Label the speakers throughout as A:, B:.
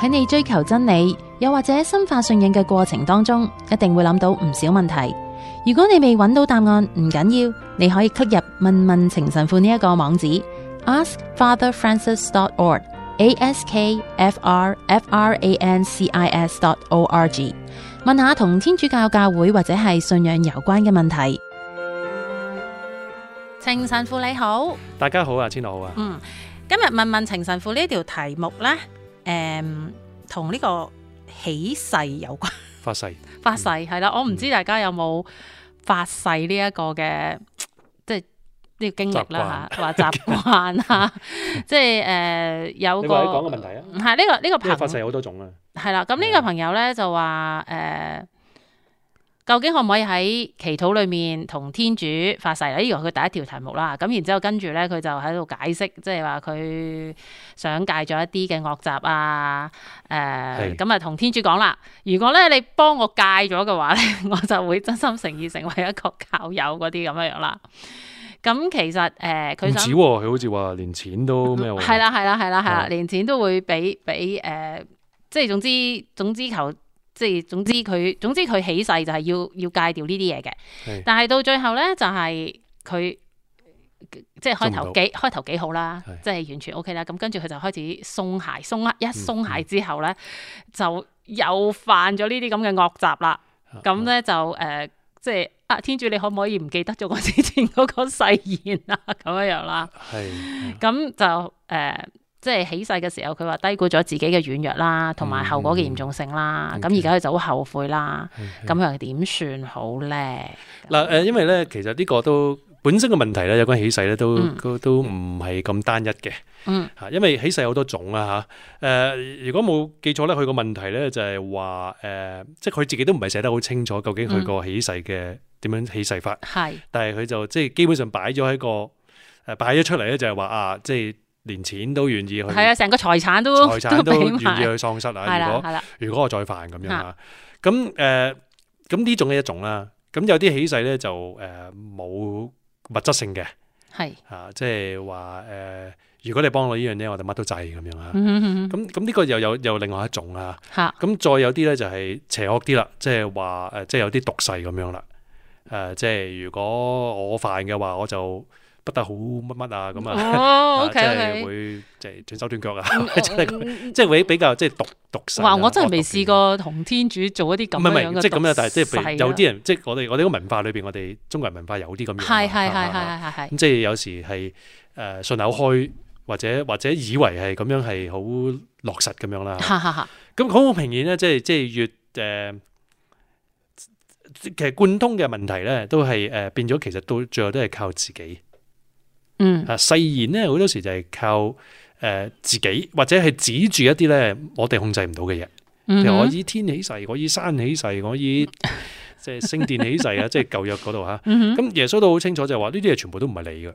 A: 喺你追求真理，又或者深化信仰嘅過程當中，一定會諗到唔少問題。如果你未揾到答案，唔緊要，你可以 click 入問問情神父呢一個網址 askfatherfrancis.org，askfrfrancis.org，問下同天主教教會或者係信仰有關嘅問題。情神父你好，
B: 大家好啊，千樂好啊，
A: 嗯，今日問問情神父呢條題目呢，誒、同呢個起誓有關。
B: 發誓
A: 發誓
B: 嗯
A: 係啦，我唔知大家有冇發誓呢一個嘅，即係呢個經歷啦嚇，或習慣 啊，即係誒、呃有
B: 你
A: 個
B: 話你講個問題啊，
A: 唔係呢個呢、
B: 因
A: 個
B: 為發
A: 朋
B: 誓有好多種啊，
A: 係啦，咁呢個朋友咧就話誒、
B: 嗯
A: 呃究竟可唔可以喺祈禱裏面同天主發誓咧？呢個係佢第一條題目啦。咁然之後跟住咧，佢就喺度解釋，即係話佢想戒咗一啲嘅惡習啊。誒
B: 係
A: 咁啊，同天主講啦。如果咧你幫我戒咗嘅話咧，我就會真心誠意成為一個教友嗰啲咁樣樣啦。咁其實誒，呃佢、
B: 唔
A: 想嗯
B: 止。喎，佢好似話連錢都咩喎，
A: 係，啦，係啦，係啦，係啦，
B: 嗯
A: 連錢都會俾俾誒，即係總之總之求，即係總之佢總之佢起誓就係要要戒掉呢啲嘢嘅
B: 係。
A: 但係到最後咧，就係佢即係開
B: 做
A: 頭
B: 唔到
A: 幾開頭幾好啦，
B: 係
A: 即係完全 OK 啦。咁跟住佢就開始鬆懈，鬆一鬆
B: 嗯
A: 懈
B: 嗯
A: 之後咧，就又犯咗呢啲咁嘅惡習啦。
B: 啊
A: 咁
B: 嗯
A: 咧就誒、呃即係啊，天主你可唔可以唔記得咗我之前嗰個誓言啊？咁樣樣啦。
B: 係
A: 咁就誒、呃即係起勢嘅時候，佢話低估咗自己嘅軟弱啦，同埋後果嘅嚴重性啦。
B: 嗯
A: 咁而家佢就好後悔啦。
B: 係
A: 咁又點算好咧？
B: 嗱誒，因為咧其實呢個都本身嘅問題咧，有關起誓咧都
A: 嗯
B: 都都唔係咁單一嘅。
A: 嗯
B: 嚇，因為起勢有好多種啦嚇。誒、如果冇記錯咧，佢個問題咧就係話誒，即係佢自己都唔係寫得好清楚，究竟佢
A: 嗯
B: 個起勢嘅點樣起勢法。
A: 係
B: 但係佢就即係基本上擺咗喺個誒擺咗出嚟咧，就係話啊，即係連錢都願意去，
A: 係啊，成個財產都
B: 財產都
A: 俾
B: 願意
A: 埋，
B: 去喪失
A: 係
B: 啊。如
A: 啦啊
B: 果
A: 係啦，
B: 如果我再犯咁樣啦，咁誒咁呢種嘅一種啦，咁有啲起勢咧就誒冇物質性嘅
A: 係
B: 啊，即係話誒，如果你幫我呢樣嘢，我哋乜都制咁樣啊。
A: 嗯嗯嗯嗯
B: 咁咁呢個又有又另外一種啦。
A: 嚇
B: 咁再有啲咧就係邪惡啲啦，即係話誒，即係有啲毒誓咁樣啦。誒、即係如果我犯嘅話，我就不得好乜乜啊咁啊，
A: 哦
B: 啊
A: ，OK
B: 即係
A: OK。
B: 會即係斷手斷腳啊， 真係
A: 嗯
B: 即係會比較即係毒毒誓啊。
A: 哇！我真係
B: 惡毒
A: 未
B: 啲
A: 試過同天主做一啲咁
B: 唔係唔
A: 樣嘅
B: 係，即係咁樣，但係即係譬
A: 毒誓啊
B: 如
A: 啦
B: 有啲人，即係我哋我哋個文化裏邊，我哋中國人文化有啲咁樣啊。
A: 係係
B: 啊
A: 係係
B: 啊
A: 係係
B: 咁即係有時係誒順口開，或者或者以為係咁樣係好落實咁樣 啦。
A: 係，哈哈哈，
B: 咁好明顯咧，即係即係越誒，其實貫通嘅問題咧，都係誒變咗，其實到最後都係靠自己。
A: 嗯
B: 啊，誓言咧好多時就係靠誒自己，或者係指住一啲咧我哋控制唔到嘅嘢。譬如我
A: 嗯
B: 以天起誓，我以山起誓，我以即係聖殿起誓啊，即係舊約嗰度吓。
A: 嗯哼
B: 咁耶穌都好清楚就係話呢啲嘢全部都唔係你嘅，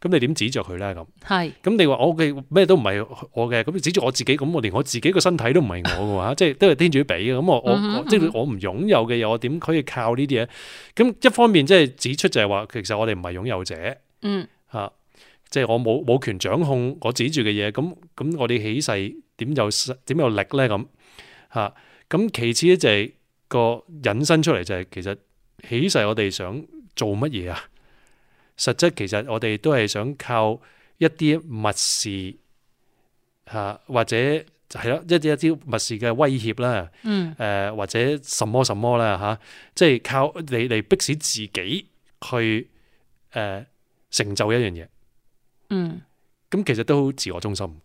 B: 咁你點指着佢咧咁？
A: 係
B: 咁你話我嘅咩都唔係我嘅，咁指住我自己，咁我連我自己個身體都唔係我嘅話，即係都係天主俾嘅。咁我我
A: 嗯哼
B: 我即係我唔擁有嘅嘢，我點可以靠呢啲嘢？咁一方面即係指出就係話，其實我哋唔係擁有者
A: 嗯
B: 吓，即係我冇冇權掌控我指住嘅嘢。咁咁我哋起誓點有點有力咧咁吓？咁其次咧就係個引申出嚟就係其實起誓我哋想做乜嘢啊？實質其實我哋都係想靠一啲密事嚇、啊或者係啦，一啲一啲密事嘅威脅啦，
A: 嗯
B: 誒、或者什麼什麼啦嚇、即係靠你嚟迫使自己去誒、呃成就一樣嘢。
A: 嗯，
B: 咁其實都好自我中心、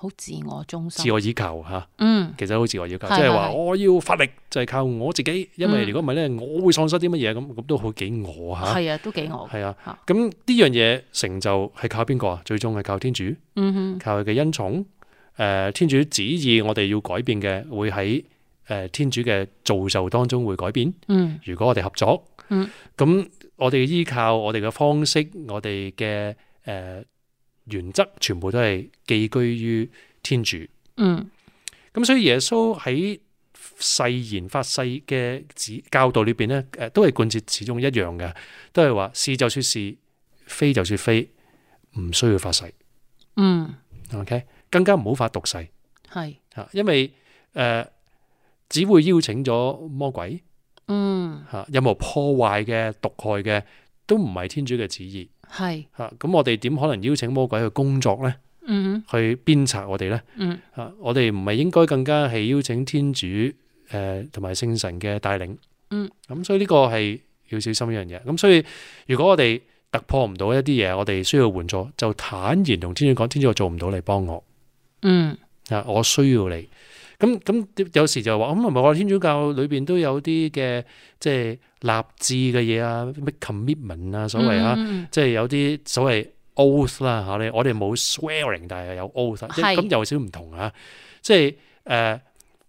A: 好自我中心啊
B: 自。我依靠嚇、
A: 嗯
B: 其實好自我要求，
A: 係
B: 即係話
A: 係係
B: 我要發力就係靠我自己，因為
A: 嗯
B: 如果唔係咧，我會喪失啲乜嘢咁，咁都好幾我嚇，
A: 係啊，都幾惡。
B: 係啊
A: 嚇。
B: 咁呢樣嘢成就係靠邊個啊？最終係靠天主。
A: 嗯
B: 靠佢嘅恩寵，誒、天主旨意我哋要改變嘅，會喺誒、呃天主嘅造就當中會改變。
A: 哼，嗯
B: 如果我哋合作，
A: 嗯
B: 咁我哋依靠我哋嘅方式，我哋嘅誒原則，全部都係寄居於天主。
A: 嗯
B: 咁所以耶穌喺誓言發誓嘅指教導裏邊咧，誒、都係貫徹始終一樣嘅，都係話是就說是，非就說非，唔需要發誓。
A: 嗯，
B: OK，更加唔好發毒誓。
A: 係，
B: 嚇，因為誒、呃只會邀請咗魔鬼
A: 嗯，
B: 嚇，任何破壞嘅、毒害嘅都唔係天主嘅旨意
A: 係，
B: 嚇。咁我哋點可能邀請魔鬼去工作呢？
A: 嗯
B: 去鞭策我哋呢？
A: 嗯
B: 嚇，啊我哋唔係應該更加係邀請天主誒同埋聖神嘅帶領。
A: 嗯，
B: 咁所以呢個係要小心一樣嘢。咁所以如果我哋突破唔到一啲嘢，我哋需要援助，就坦然同天主講：天主，我做唔到，你幫我。
A: 嗯，
B: 啊，我需要你。咁咁有時就話，哦咁係咪我天主教裏邊都有啲嘅即係立志嘅嘢啊，咩 commitment 啊，所謂啊，
A: 嗯
B: 即係有啲所謂 oath 啦嚇，你我哋冇 swearing，但係有 oath，即係
A: 係
B: 咁有少唔同啊。即係誒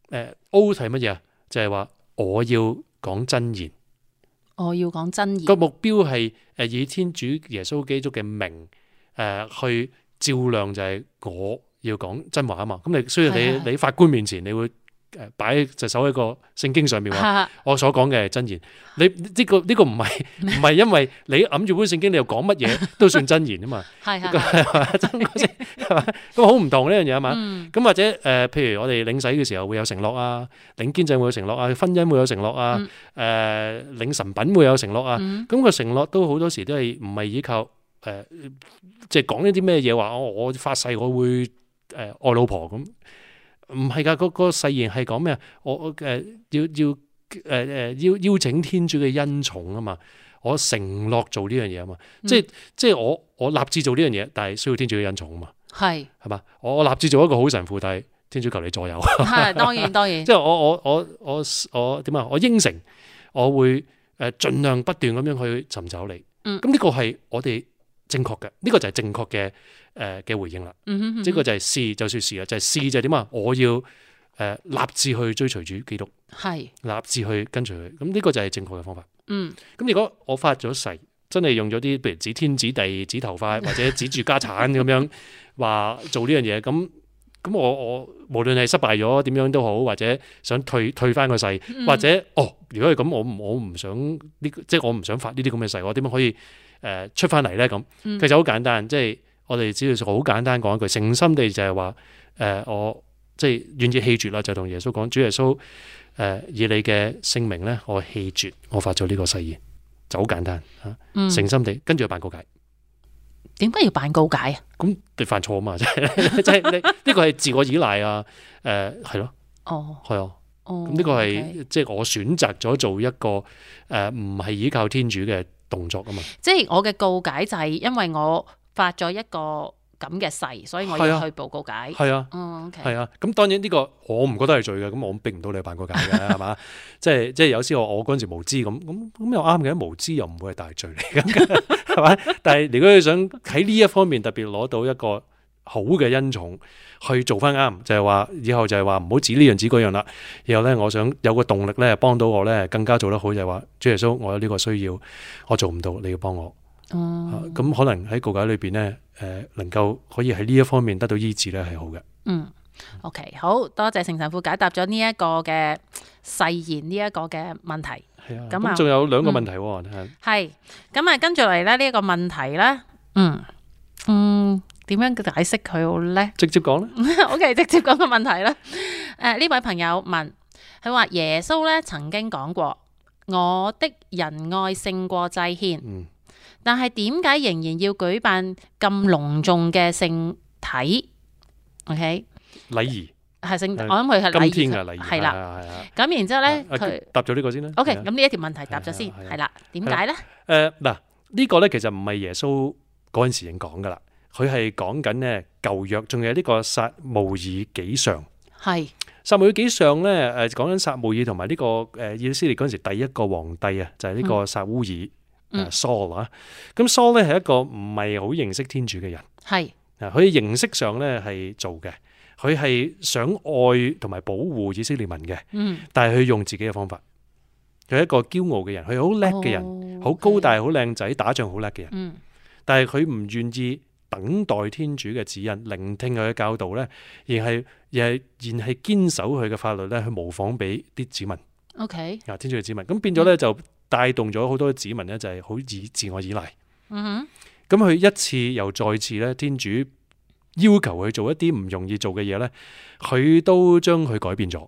B: 誒 oath 係乜嘢啊？就係話我要講真言，
A: 我哦要講真
B: 個
A: 言，
B: 目標係誒以天主耶穌基督嘅名誒去照亮，就係我要講真話啊嘛。咁你需要
A: 係係
B: 你
A: 係
B: 你法官面前，你會誒擺隻手喺個聖經上面話，
A: 哈哈
B: 我所講嘅係真言。你呢個呢個唔係唔係因為你揞住本聖經，你又講乜嘢都算真言啊嘛。
A: 係係，係
B: 係嘛真嗰啲係嘛咁好唔同呢樣嘢啊嘛。
A: 嗯
B: 咁或者誒、呃譬如我哋領洗嘅時候會有承諾啊，領堅振會有承諾啊，婚姻會有承諾啊，誒、領神品會有承諾啊。
A: 嗯
B: 咁個承諾都好多時都係唔係依靠誒、呃即係講一啲咩嘢話哦我我發誓我會誒、呃愛老婆咁，唔係㗎，嗰、個誓言係講咩啊？我我誒、呃要要誒誒、呃呃要邀請天主嘅恩寵啊嘛，我承諾做呢樣嘢啊嘛，即
A: 嗯
B: 係即係我我立志做呢樣嘢，但係需要天主嘅恩寵啊嘛，
A: 係，
B: 係嘛？我我立志做一個好神父，但係天主求你助佑。
A: 係當然當然
B: 即，係我我我我我點啊？我應承，我會誒盡量不斷咁樣去尋找你。
A: 嗯
B: 咁呢個係我哋正確嘅，呢、個就係正確嘅誒嘅回應啦。
A: 嗯哼嗯
B: 呢個就係試，就算試啦，就係、試就係點啊？我要誒、呃立志去追隨主基督，
A: 係，
B: 立志去跟隨佢。咁呢個就係正確嘅方法。
A: 嗯
B: 咁如果我發咗誓，真係用咗啲譬如指天指地、指頭髮或者指住家產咁樣話做呢樣嘢，咁咁我我無論係失敗咗點樣都好，或者想退退翻個誓，
A: 嗯
B: 或者哦，如果係咁，我唔我唔想呢個，即係我唔想發呢啲咁嘅誓，我點樣可以誒、呃出翻嚟咧？咁
A: 嗯
B: 其實好簡單，即係我哋只要好簡單講一句，誠心地就係話誒我。即係願意棄絕啦，就同耶穌講，主耶穌，誒、以你嘅聖名咧，我棄絕，我發咗呢個誓言。就好簡單嚇，
A: 嗯，
B: 誠心地跟住去辦告解。
A: 點解要辦告解啊？
B: 咁你犯錯啊嘛，即係 即係你呢個係自我依賴啊，誒係咯，
A: 哦
B: 係啊，
A: 哦，
B: 咁呢個
A: OK
B: 係即係我選擇咗做一個誒唔係依靠天主嘅動作啊嘛，
A: 即係我嘅告解就係因為我發咗一個咁嘅誓，所以我
B: 係
A: 要
B: 啊
A: 去報告解。
B: 係啊。
A: 哦，OK，
B: 係啊，咁當然呢個我唔覺得係罪嘅，咁我逼唔到你去辦告解嘅，係嘛？即係即係有時我我嗰陣時無知咁，咁咁又啱嘅，無知又唔會係大罪嚟嘅， 係嘛？但係如果你想喺呢一方面特別攞到一個好嘅恩寵，去做翻啱，就係話以後就係話唔好指呢樣指嗰樣啦。然後咧，我想有個動力咧，幫到我咧，更加做得好，就係話主耶穌，我有呢個需要，我做唔到，你要幫我。啊
A: 哦，
B: 咁、可能喺告解裏邊咧，誒、能夠可以喺呢一方面得到醫治咧，係好嘅。
A: 嗯，OK，好多謝聖神父解答咗呢一個嘅誓言呢一個嘅問題。
B: 係啊，
A: 咁啊
B: 咁仲有兩個問題喎，係
A: 係，咁啊，跟住嚟咧呢一個問題咧，嗯嗯，點樣解釋佢好咧
B: 直接講咧，
A: ？OK，直接講個問題啦。誒、呢位朋友問，佢話耶穌咧曾經講過，我的仁愛勝過祭獻，
B: 嗯，
A: 但係點解仍然要舉辦咁隆重嘅聖體？OK，
B: 禮儀，
A: 係聖，
B: 係
A: 我諗佢係禮儀
B: 今天嘅禮儀，
A: 係啦。
B: 係啊，係啊。
A: 咁然之後咧，
B: 啊
A: 佢
B: 答咗呢個先啦。
A: OK，
B: 係啊
A: 咁呢一條問題答咗先，
B: 係啊係啊
A: 係啦，點解咧？
B: 誒嗱，呢個咧其實唔係耶穌嗰陣時已經講噶啦，佢係講緊咧舊約，仲有呢個撒無耳幾上。
A: 係，
B: 撒母耳幾上咧，誒講緊撒母耳同埋呢個誒以色列嗰陣時第一個皇帝啊，就係呢個撒烏耳
A: 嗯
B: 誒 Saul 啊。咁 Saul 咧係一個唔係好認識天主嘅人。
A: 係，
B: 啊，佢形式上咧係做嘅，佢係想愛同埋保護以色列民嘅，
A: 嗯，
B: 但係佢用自己嘅方法。佢係一個驕傲嘅人，佢係好叻嘅人，
A: 人
B: 好高大、好靚仔，打仗好叻嘅人，
A: 嗯
B: 但係佢唔願意等待天主嘅指引，聆聽佢嘅教導咧，而係而係而係堅守佢嘅法律咧，去模仿俾啲子民
A: ，OK，
B: 啊，天主嘅子民，咁變咗咧就帶動咗好多子民咧，就係好以自我依賴。
A: 嗯
B: 咁佢一次又再次咧，天主要求佢做一啲唔容易做嘅嘢咧，佢都將佢改變咗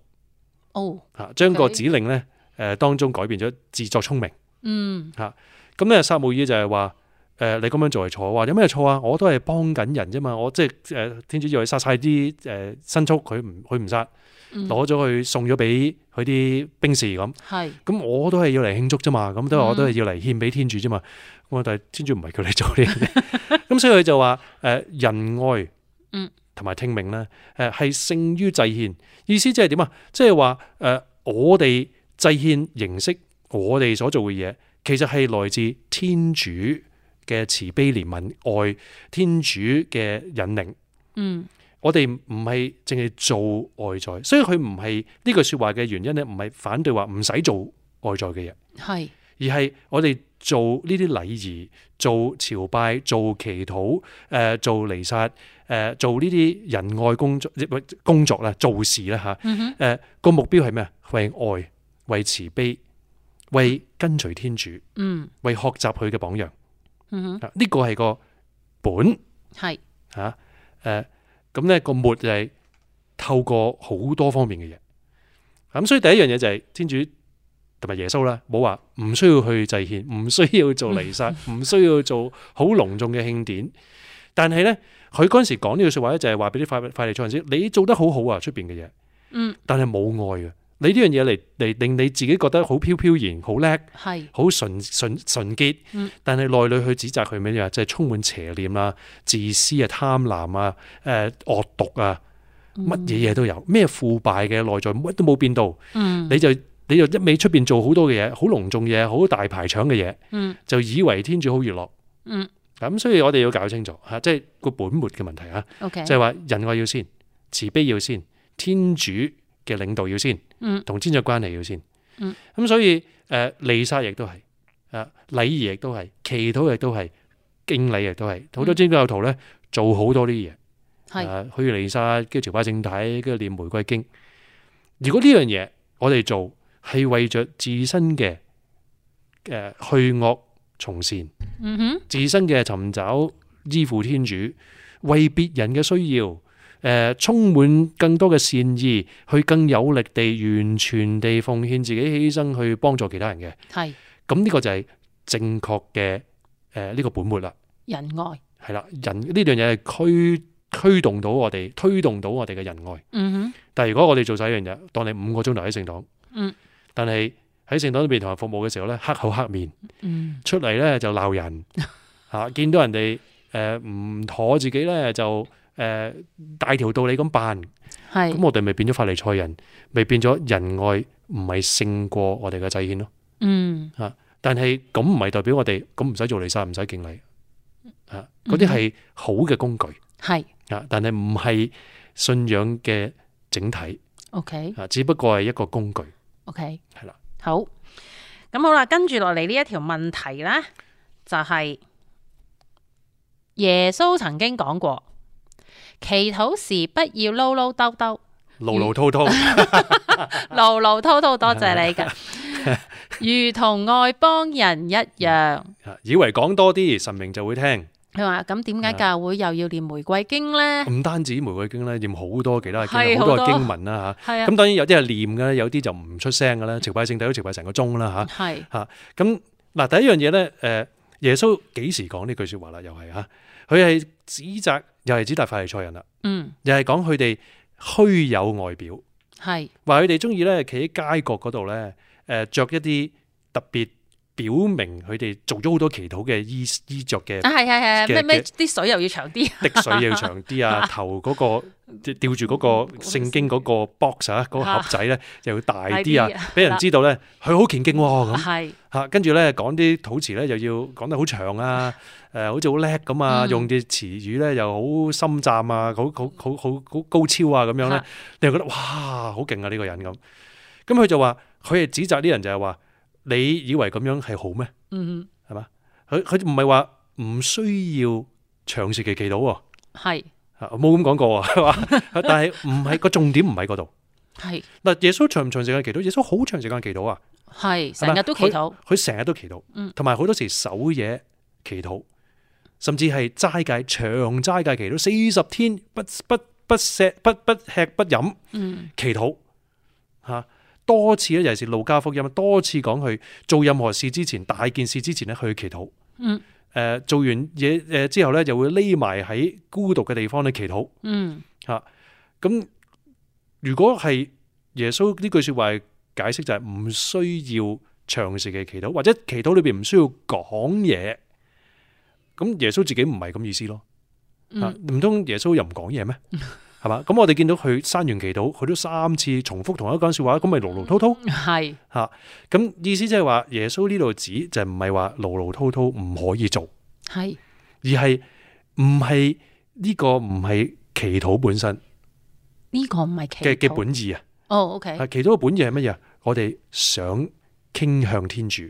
A: 哦，
B: 嚇，將個
A: Okay
B: 指令咧誒、當中改變咗，自作聰明。
A: 嗯，
B: 咁咧撒母耳就係話誒你咁樣做係錯，話有咩錯啊？我都係幫緊人啫嘛，我即係誒、呃天主要佢殺晒啲誒牲畜，佢唔佢唔殺，
A: 嗯
B: 攞咗去送咗俾佢啲兵士咁。
A: 係
B: 咁我都係要嚟慶祝啫嘛，咁都係我
A: 嗯
B: 都係要嚟獻俾天主啫嘛。咁啊，但係天主唔係叫你做呢樣嘢， 咁所以佢就話誒仁愛，
A: 嗯，
B: 同埋聽命咧，誒係勝於祭獻。意思即係點啊？即係話誒我哋祭獻形式，我哋所做嘅嘢，其實係來自天主嘅慈悲憐憫愛，天主嘅引領。
A: 嗯
B: 我哋唔係淨係做外在，所以佢唔係呢句説話嘅原因咧，唔係反對話唔使做外在嘅嘢。
A: 係
B: 而係我哋做呢啲禮儀、做朝拜、做祈禱、誒、做彌撒、誒、做呢啲仁愛工作、呃工作啦、做事啦嚇。誒、
A: 嗯哼
B: 個目標係咩啊？為愛、為慈悲、為跟隨天主、
A: 嗯
B: 為學習佢嘅榜樣。
A: 嗯哼
B: 啊呢個係個本
A: 係
B: 嚇。誒呃咁咧個末就係透過好多方面嘅嘢。咁所以第一樣嘢就係天主同埋耶穌啦，冇話唔需要去祭獻，唔需要做彌撒，唔需要做好隆重嘅慶典。但係咧，佢嗰陣時講呢句説話咧，就係話俾啲快快利賽人知，你做得好好啊，出邊嘅嘢，
A: 嗯，
B: 但係冇愛嘅。你呢樣嘢嚟嚟令你自己覺得好飄飄然、好叻、
A: 係
B: 好純純純潔
A: 嗯，
B: 但係內裏去指責佢咩嘢啊？就係、充滿邪念啦、自私啊、貪婪啊、誒、惡毒啊，乜嘢嘢都有，咩腐敗嘅內在乜都冇變到，
A: 嗯
B: 你就你就一味出邊做好多嘅嘢，好隆重嘅嘢，好大排場嘅嘢，
A: 嗯
B: 就以為天主好娛樂。
A: 嗯
B: 咁所以我哋要搞清楚嚇，即係個本末嘅問題啊嚇，
A: OK
B: 就係話仁愛要先，慈悲要先，天主嘅領導要先。
A: 嗯
B: 同天主關係要先。
A: 嗯
B: 咁所以誒禮殺亦都係，誒禮儀亦都係，祈禱亦都係，敬禮亦都係，好
A: 嗯
B: 多基督教徒咧做好多呢啲嘢，
A: 係
B: 誒去彌撒，跟住朝拜聖體，跟住念玫瑰經。如果呢樣嘢我哋做係為着自身嘅誒、呃去惡從善，
A: 嗯哼
B: 自身嘅尋找依附天主，為別人嘅需要，誒、充滿更多嘅善意，去更有力地完全地奉獻自己犧牲去幫助其他人嘅，
A: 係
B: 咁呢個就係正確嘅誒呢個本末啦，
A: 仁愛
B: 係啦，人呢樣嘢係驅驅動到我哋，推動到我哋嘅仁愛。
A: 嗯哼
B: 但係如果我哋做晒一樣嘢，當你五個鐘頭喺聖堂，
A: 嗯，
B: 但係喺聖堂裏邊同人服務嘅時候咧，黑口黑面。
A: 嗯
B: 出嚟咧就鬧人嚇，見到人哋誒唔妥自己咧就誒、呃大條道理咁扮，咁
A: 係
B: 我哋咪變咗法利賽人，咪變咗仁愛唔係勝過我哋嘅祭獻咯。
A: 嗯
B: 但係咁唔係代表我哋咁唔使做彌撒，唔使敬禮嚇，嗰啲係好嘅工具
A: 係
B: 啊，但係唔係信仰嘅整體
A: OK
B: 啊，只不過係一個工具
A: OK
B: 係啦。
A: 好咁好啦，跟住落嚟呢一條問題咧，就係、耶穌曾經講過，祈禱時不要撈撈兜 兜。
B: 勞勞滔滔
A: 路路滔滔，多謝你噶， 如同外邦人一樣。
B: 啊以為講多啲神明就會聽，
A: 佢話：咁點
B: 啊
A: 解教會又要念玫瑰經 呢？
B: 唔單止玫瑰經咧，念好多其他嘅
A: 係
B: 經，啊好多
A: 好
B: 嘅
A: 多
B: 經文啦嚇。
A: 係啊
B: 咁當然有啲係念嘅，有啲就唔出聲嘅啦。朝拜聖體都朝拜成個鐘
A: 啊，
B: 啦
A: 係
B: 嚇。咁嗱，第一樣嘢咧，誒、耶穌幾時講呢句説話啦？又係嚇，佢係指責，又係指責法利賽人啦，
A: 嗯
B: 又係講佢哋虛有外表，
A: 係
B: 話佢哋中意咧企喺街角嗰度咧，誒、着一啲特別表明佢哋做咗好多祈禱嘅衣衣著嘅
A: 啊係係係咩
B: 嘅
A: 咩啲水又要長啲，
B: 滴水又要長啲 啊，頭嗰、個即係吊住嗰個聖經嗰個 box 嗯啊，嗰個盒仔咧又要大啲
A: 大啲
B: 啊，俾人知道咧佢好虔敬喎哦咁
A: 係
B: 嚇，跟住咧講啲土詞咧又要講得好長 啊，誒好似好叻咁啊，
A: 嗯
B: 用嘅詞語咧又好深湛啊，好好好好好高超啊咁樣咧
A: 嚇，
B: 你又覺得哇好勁啊呢個人咁，咁佢就話佢係指責啲人就係話你以為咁樣係好咩？
A: 嗯
B: 佢佢唔係話唔需要長時期祈禱喎。
A: 係
B: 啊冇咁講過喎，係 嘛？但係唔係個重點唔喺嗰度。
A: 係
B: 嗱，耶穌長唔長時間祈禱？耶穌好長時間祈禱啊，
A: 係
B: 係咪
A: 成日都祈禱，
B: 佢成日都祈禱，同埋好多時守夜祈禱，甚至係齋戒長齋戒祈禱四十天不不不食不不吃不飲
A: 嗯
B: 祈禱嚇、多次啊咧，尤其是路加福音多次講去做任何事之前，大件事之前咧去祈禱。
A: 嗯
B: 誒、做完嘢誒、之後咧，就會匿埋喺孤獨嘅地方咧祈禱。
A: 嗯
B: 咁如果係耶穌呢句説話嘅解釋就係唔需要長時嘅祈禱，或者祈禱裏邊唔需要講嘢。咁耶穌自己唔係咁意思咯。啊
A: 嗯
B: 唔通耶穌又唔講嘢咩？係嘛？咁我哋見到佢山完祈禱，佢都三次重複同一句説話，咁咪勞勞滔滔。
A: 係
B: 咁意思即係話耶穌呢度指就唔係話勞勞滔滔唔可以做，
A: 係
B: 而係唔係呢個唔係祈禱本身
A: 呢個唔係祈
B: 嘅嘅
A: 禱
B: 本意啊。
A: 哦，OK，
B: 啊，祈禱嘅本意係乜嘢？我哋想傾向天主。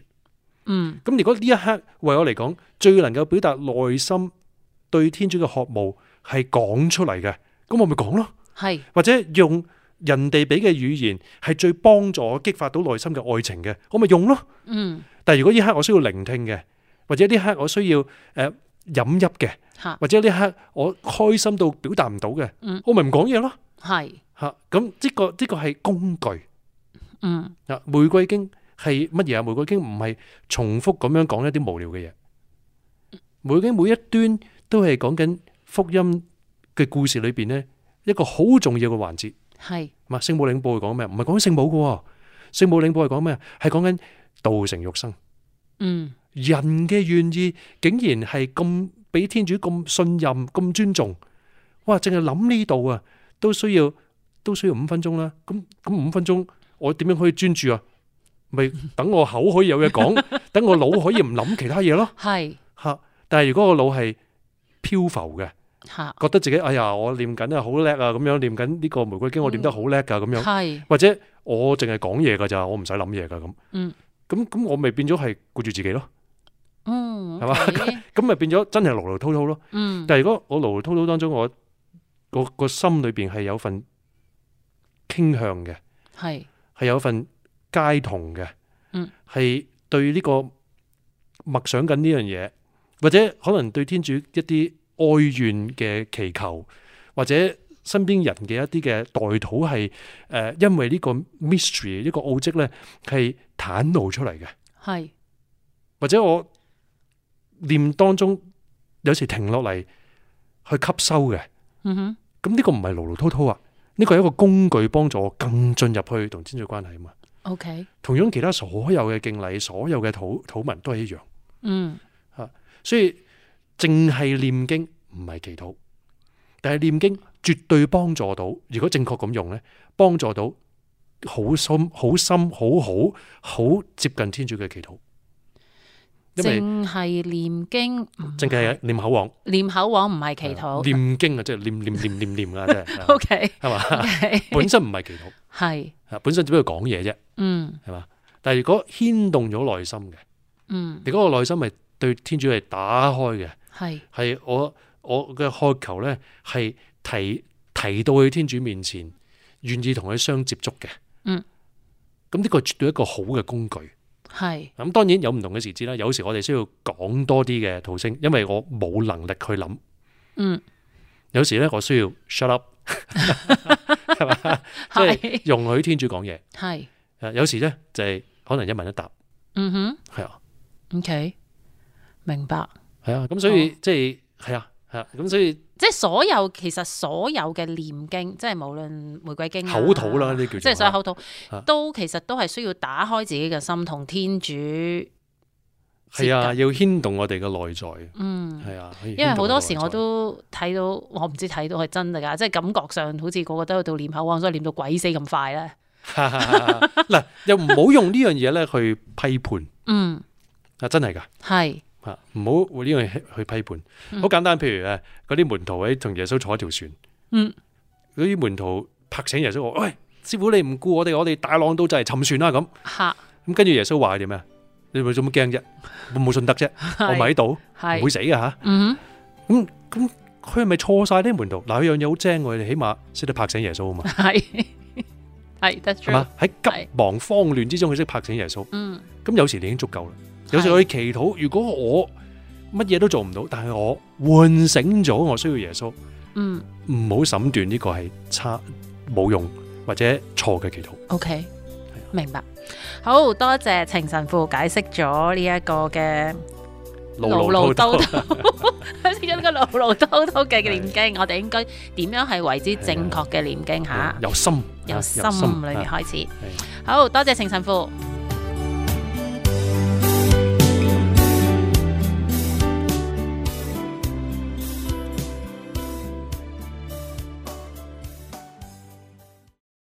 A: 嗯
B: 咁如果呢一刻為我嚟講，最能夠表達內心對天主嘅渴慕係講出嚟嘅，咁我咪講咯。
A: 係
B: 或者用人哋俾嘅語言係最幫助我激發到內心嘅愛情嘅，我咪用咯。
A: 嗯
B: 但係如果呢刻我需要聆聽嘅，或者呢刻我需要誒、呃、飲泣嘅，
A: 嚇
B: 或者呢刻我開心到表達唔到嘅，
A: 嗯
B: 我咪唔講嘢咯
A: 係
B: 嚇。咁、呢個呢、個係工具
A: 嗯
B: 啊。玫瑰經係乜嘢啊？玫瑰經唔係重複咁樣講一啲無聊嘅嘢。玫瑰經每一端都係講緊福音嘅故事裏邊呢一個好重要嘅環節。
A: 係
B: 唔係聖啊母領報係講咩？唔係講緊聖母嘅喎，聖母領報係講咩？啊係講緊道成肉身，
A: 嗯
B: 人嘅願意竟然係咁俾天主咁信任、咁尊重，哇！淨係諗呢度啊，都需要都需要五分鐘啦。咁咁五分鐘，我點樣可以專注啊？咪等我口可以有嘢講，等我腦可以唔諗其他嘢咯
A: 係
B: 嚇。但係如果個腦係漂浮嘅，
A: 嚇
B: 覺得自己哎呀我念緊啊好叻啊咁樣念緊呢個玫瑰經，我念得好叻㗎啊咁樣。
A: 係
B: 或者我淨係講嘢噶咋，我唔使諗嘢噶咁。
A: 嗯
B: 咁咁我咪變咗係顧住自己咯，
A: 嗯
B: 係嘛
A: OK，
B: 咁咪變咗真係勞勞滔滔咯。
A: 嗯
B: 但係如果我勞勞滔滔當中，我個個心裏邊係有份傾向嘅，
A: 係
B: 係有份皆同嘅，
A: 嗯，
B: 係對呢個默想緊呢樣嘢，或者可能對天主一啲哀怨嘅祈求，或者身邊人嘅一啲嘅代禱係誒，因為呢個 mystery 呢個奧跡咧係袒露出嚟嘅，
A: 係
B: 或者我念當中有時停落嚟去吸收嘅，
A: 嗯哼
B: 咁呢個唔係勞勞滔滔啊，呢個係一個工具幫助我更進入去同天主關係啊嘛。
A: OK，
B: 同樣其他所有嘅敬禮、所有嘅土土文都係一樣，
A: 嗯
B: 所以淨係念經唔係祈禱，但係念經絕對幫助到，如果正確咁用呢，幫助到好深、好深、好好、好接近天主嘅祈禱，因為
A: 淨係念經，唔
B: 淨係念口簧，
A: 念口簧唔係祈禱。
B: 念經啊，即係念念念念念啊，即 係
A: OK
B: 係嘛，
A: OK，
B: 本身唔係祈禱，
A: 係
B: 啊本身只不過講嘢啫，
A: 嗯
B: 係嘛，但係如果牽動咗內心嘅，
A: 嗯
B: 你嗰個內心係對天主係打開嘅。
A: 係
B: 係我我嘅渴求咧，係提提到去天主面前，願意同佢相接觸嘅。
A: 嗯，
B: 咁呢個絕對一個好嘅工具。
A: 係
B: 咁當然有唔同嘅時節啦，有時我哋需要講多啲嘅吐聲，因為我冇能力去諗。
A: 嗯
B: 有時咧，我需要 shut up，係嘛，即係
A: 係
B: 容許天主講嘢。
A: 係
B: 誒，有時咧就係可能一問一答，
A: 嗯哼。
B: 係啊，
A: OK，明白。
B: 係啊。咁所
A: 哦
B: 以即係係啊，係啊。咁所以
A: 即係所有其實所有嘅念經，即係無論玫瑰經啊
B: 口吐啦，呢啲叫做
A: 即係所有口
B: 啊
A: 吐都其實都係需要打開自己嘅心，同天主
B: 係啊，
A: 接
B: 要牽動我哋嘅內在。
A: 嗯。
B: 係啊，
A: 因為好多時我都睇到，我唔知睇到係真定假，即係感覺上好似個個都喺度念口簧，所以念到鬼死咁快咧。
B: 嗱，又唔好用呢樣嘢咧去批判
A: 嗯，
B: 啊，真係噶
A: 係
B: 吓，唔好用呢樣嘢去批判。好簡單，譬如誒嗰啲門徒喺同耶穌坐一條船，
A: 嗯，
B: 嗰啲門徒拍醒耶穌話：，喂，師傅你唔顧我哋，我哋大浪都就嚟沉船啦咁。
A: 嚇，
B: 咁跟住耶穌話佢哋咩？你咪做乜驚啫？我冇信德啫，我咪喺度，唔會
A: 係
B: 死噶吓。
A: 嗯
B: 咁咁佢係咪錯晒呢門徒？嗱，佢樣嘢好精喎，佢哋起碼識得拍醒耶穌啊嘛，
A: 係係 that's
B: 係
A: true
B: 嘛？喺急忙慌亂之中，佢識拍醒耶穌。
A: 嗯
B: 咁有時你已經足夠啦。有時我哋祈禱，如果我乜嘢都做唔到，但係我喚醒咗我需要耶穌，唔
A: 嗯
B: 好審斷呢個係差冇用或者錯嘅祈禱。
A: ，OK，明白。好多謝程神父解釋咗呢一個嘅
B: 路
A: 叨
B: 路都
A: 叨， 解釋咗呢個路路叨叨嘅念經，我哋應該點樣係為之正確嘅念經嚇？
B: 有心，
A: 由
B: 啊
A: 心裏面
B: 啊
A: 開始
B: 係。
A: 好多謝程神父，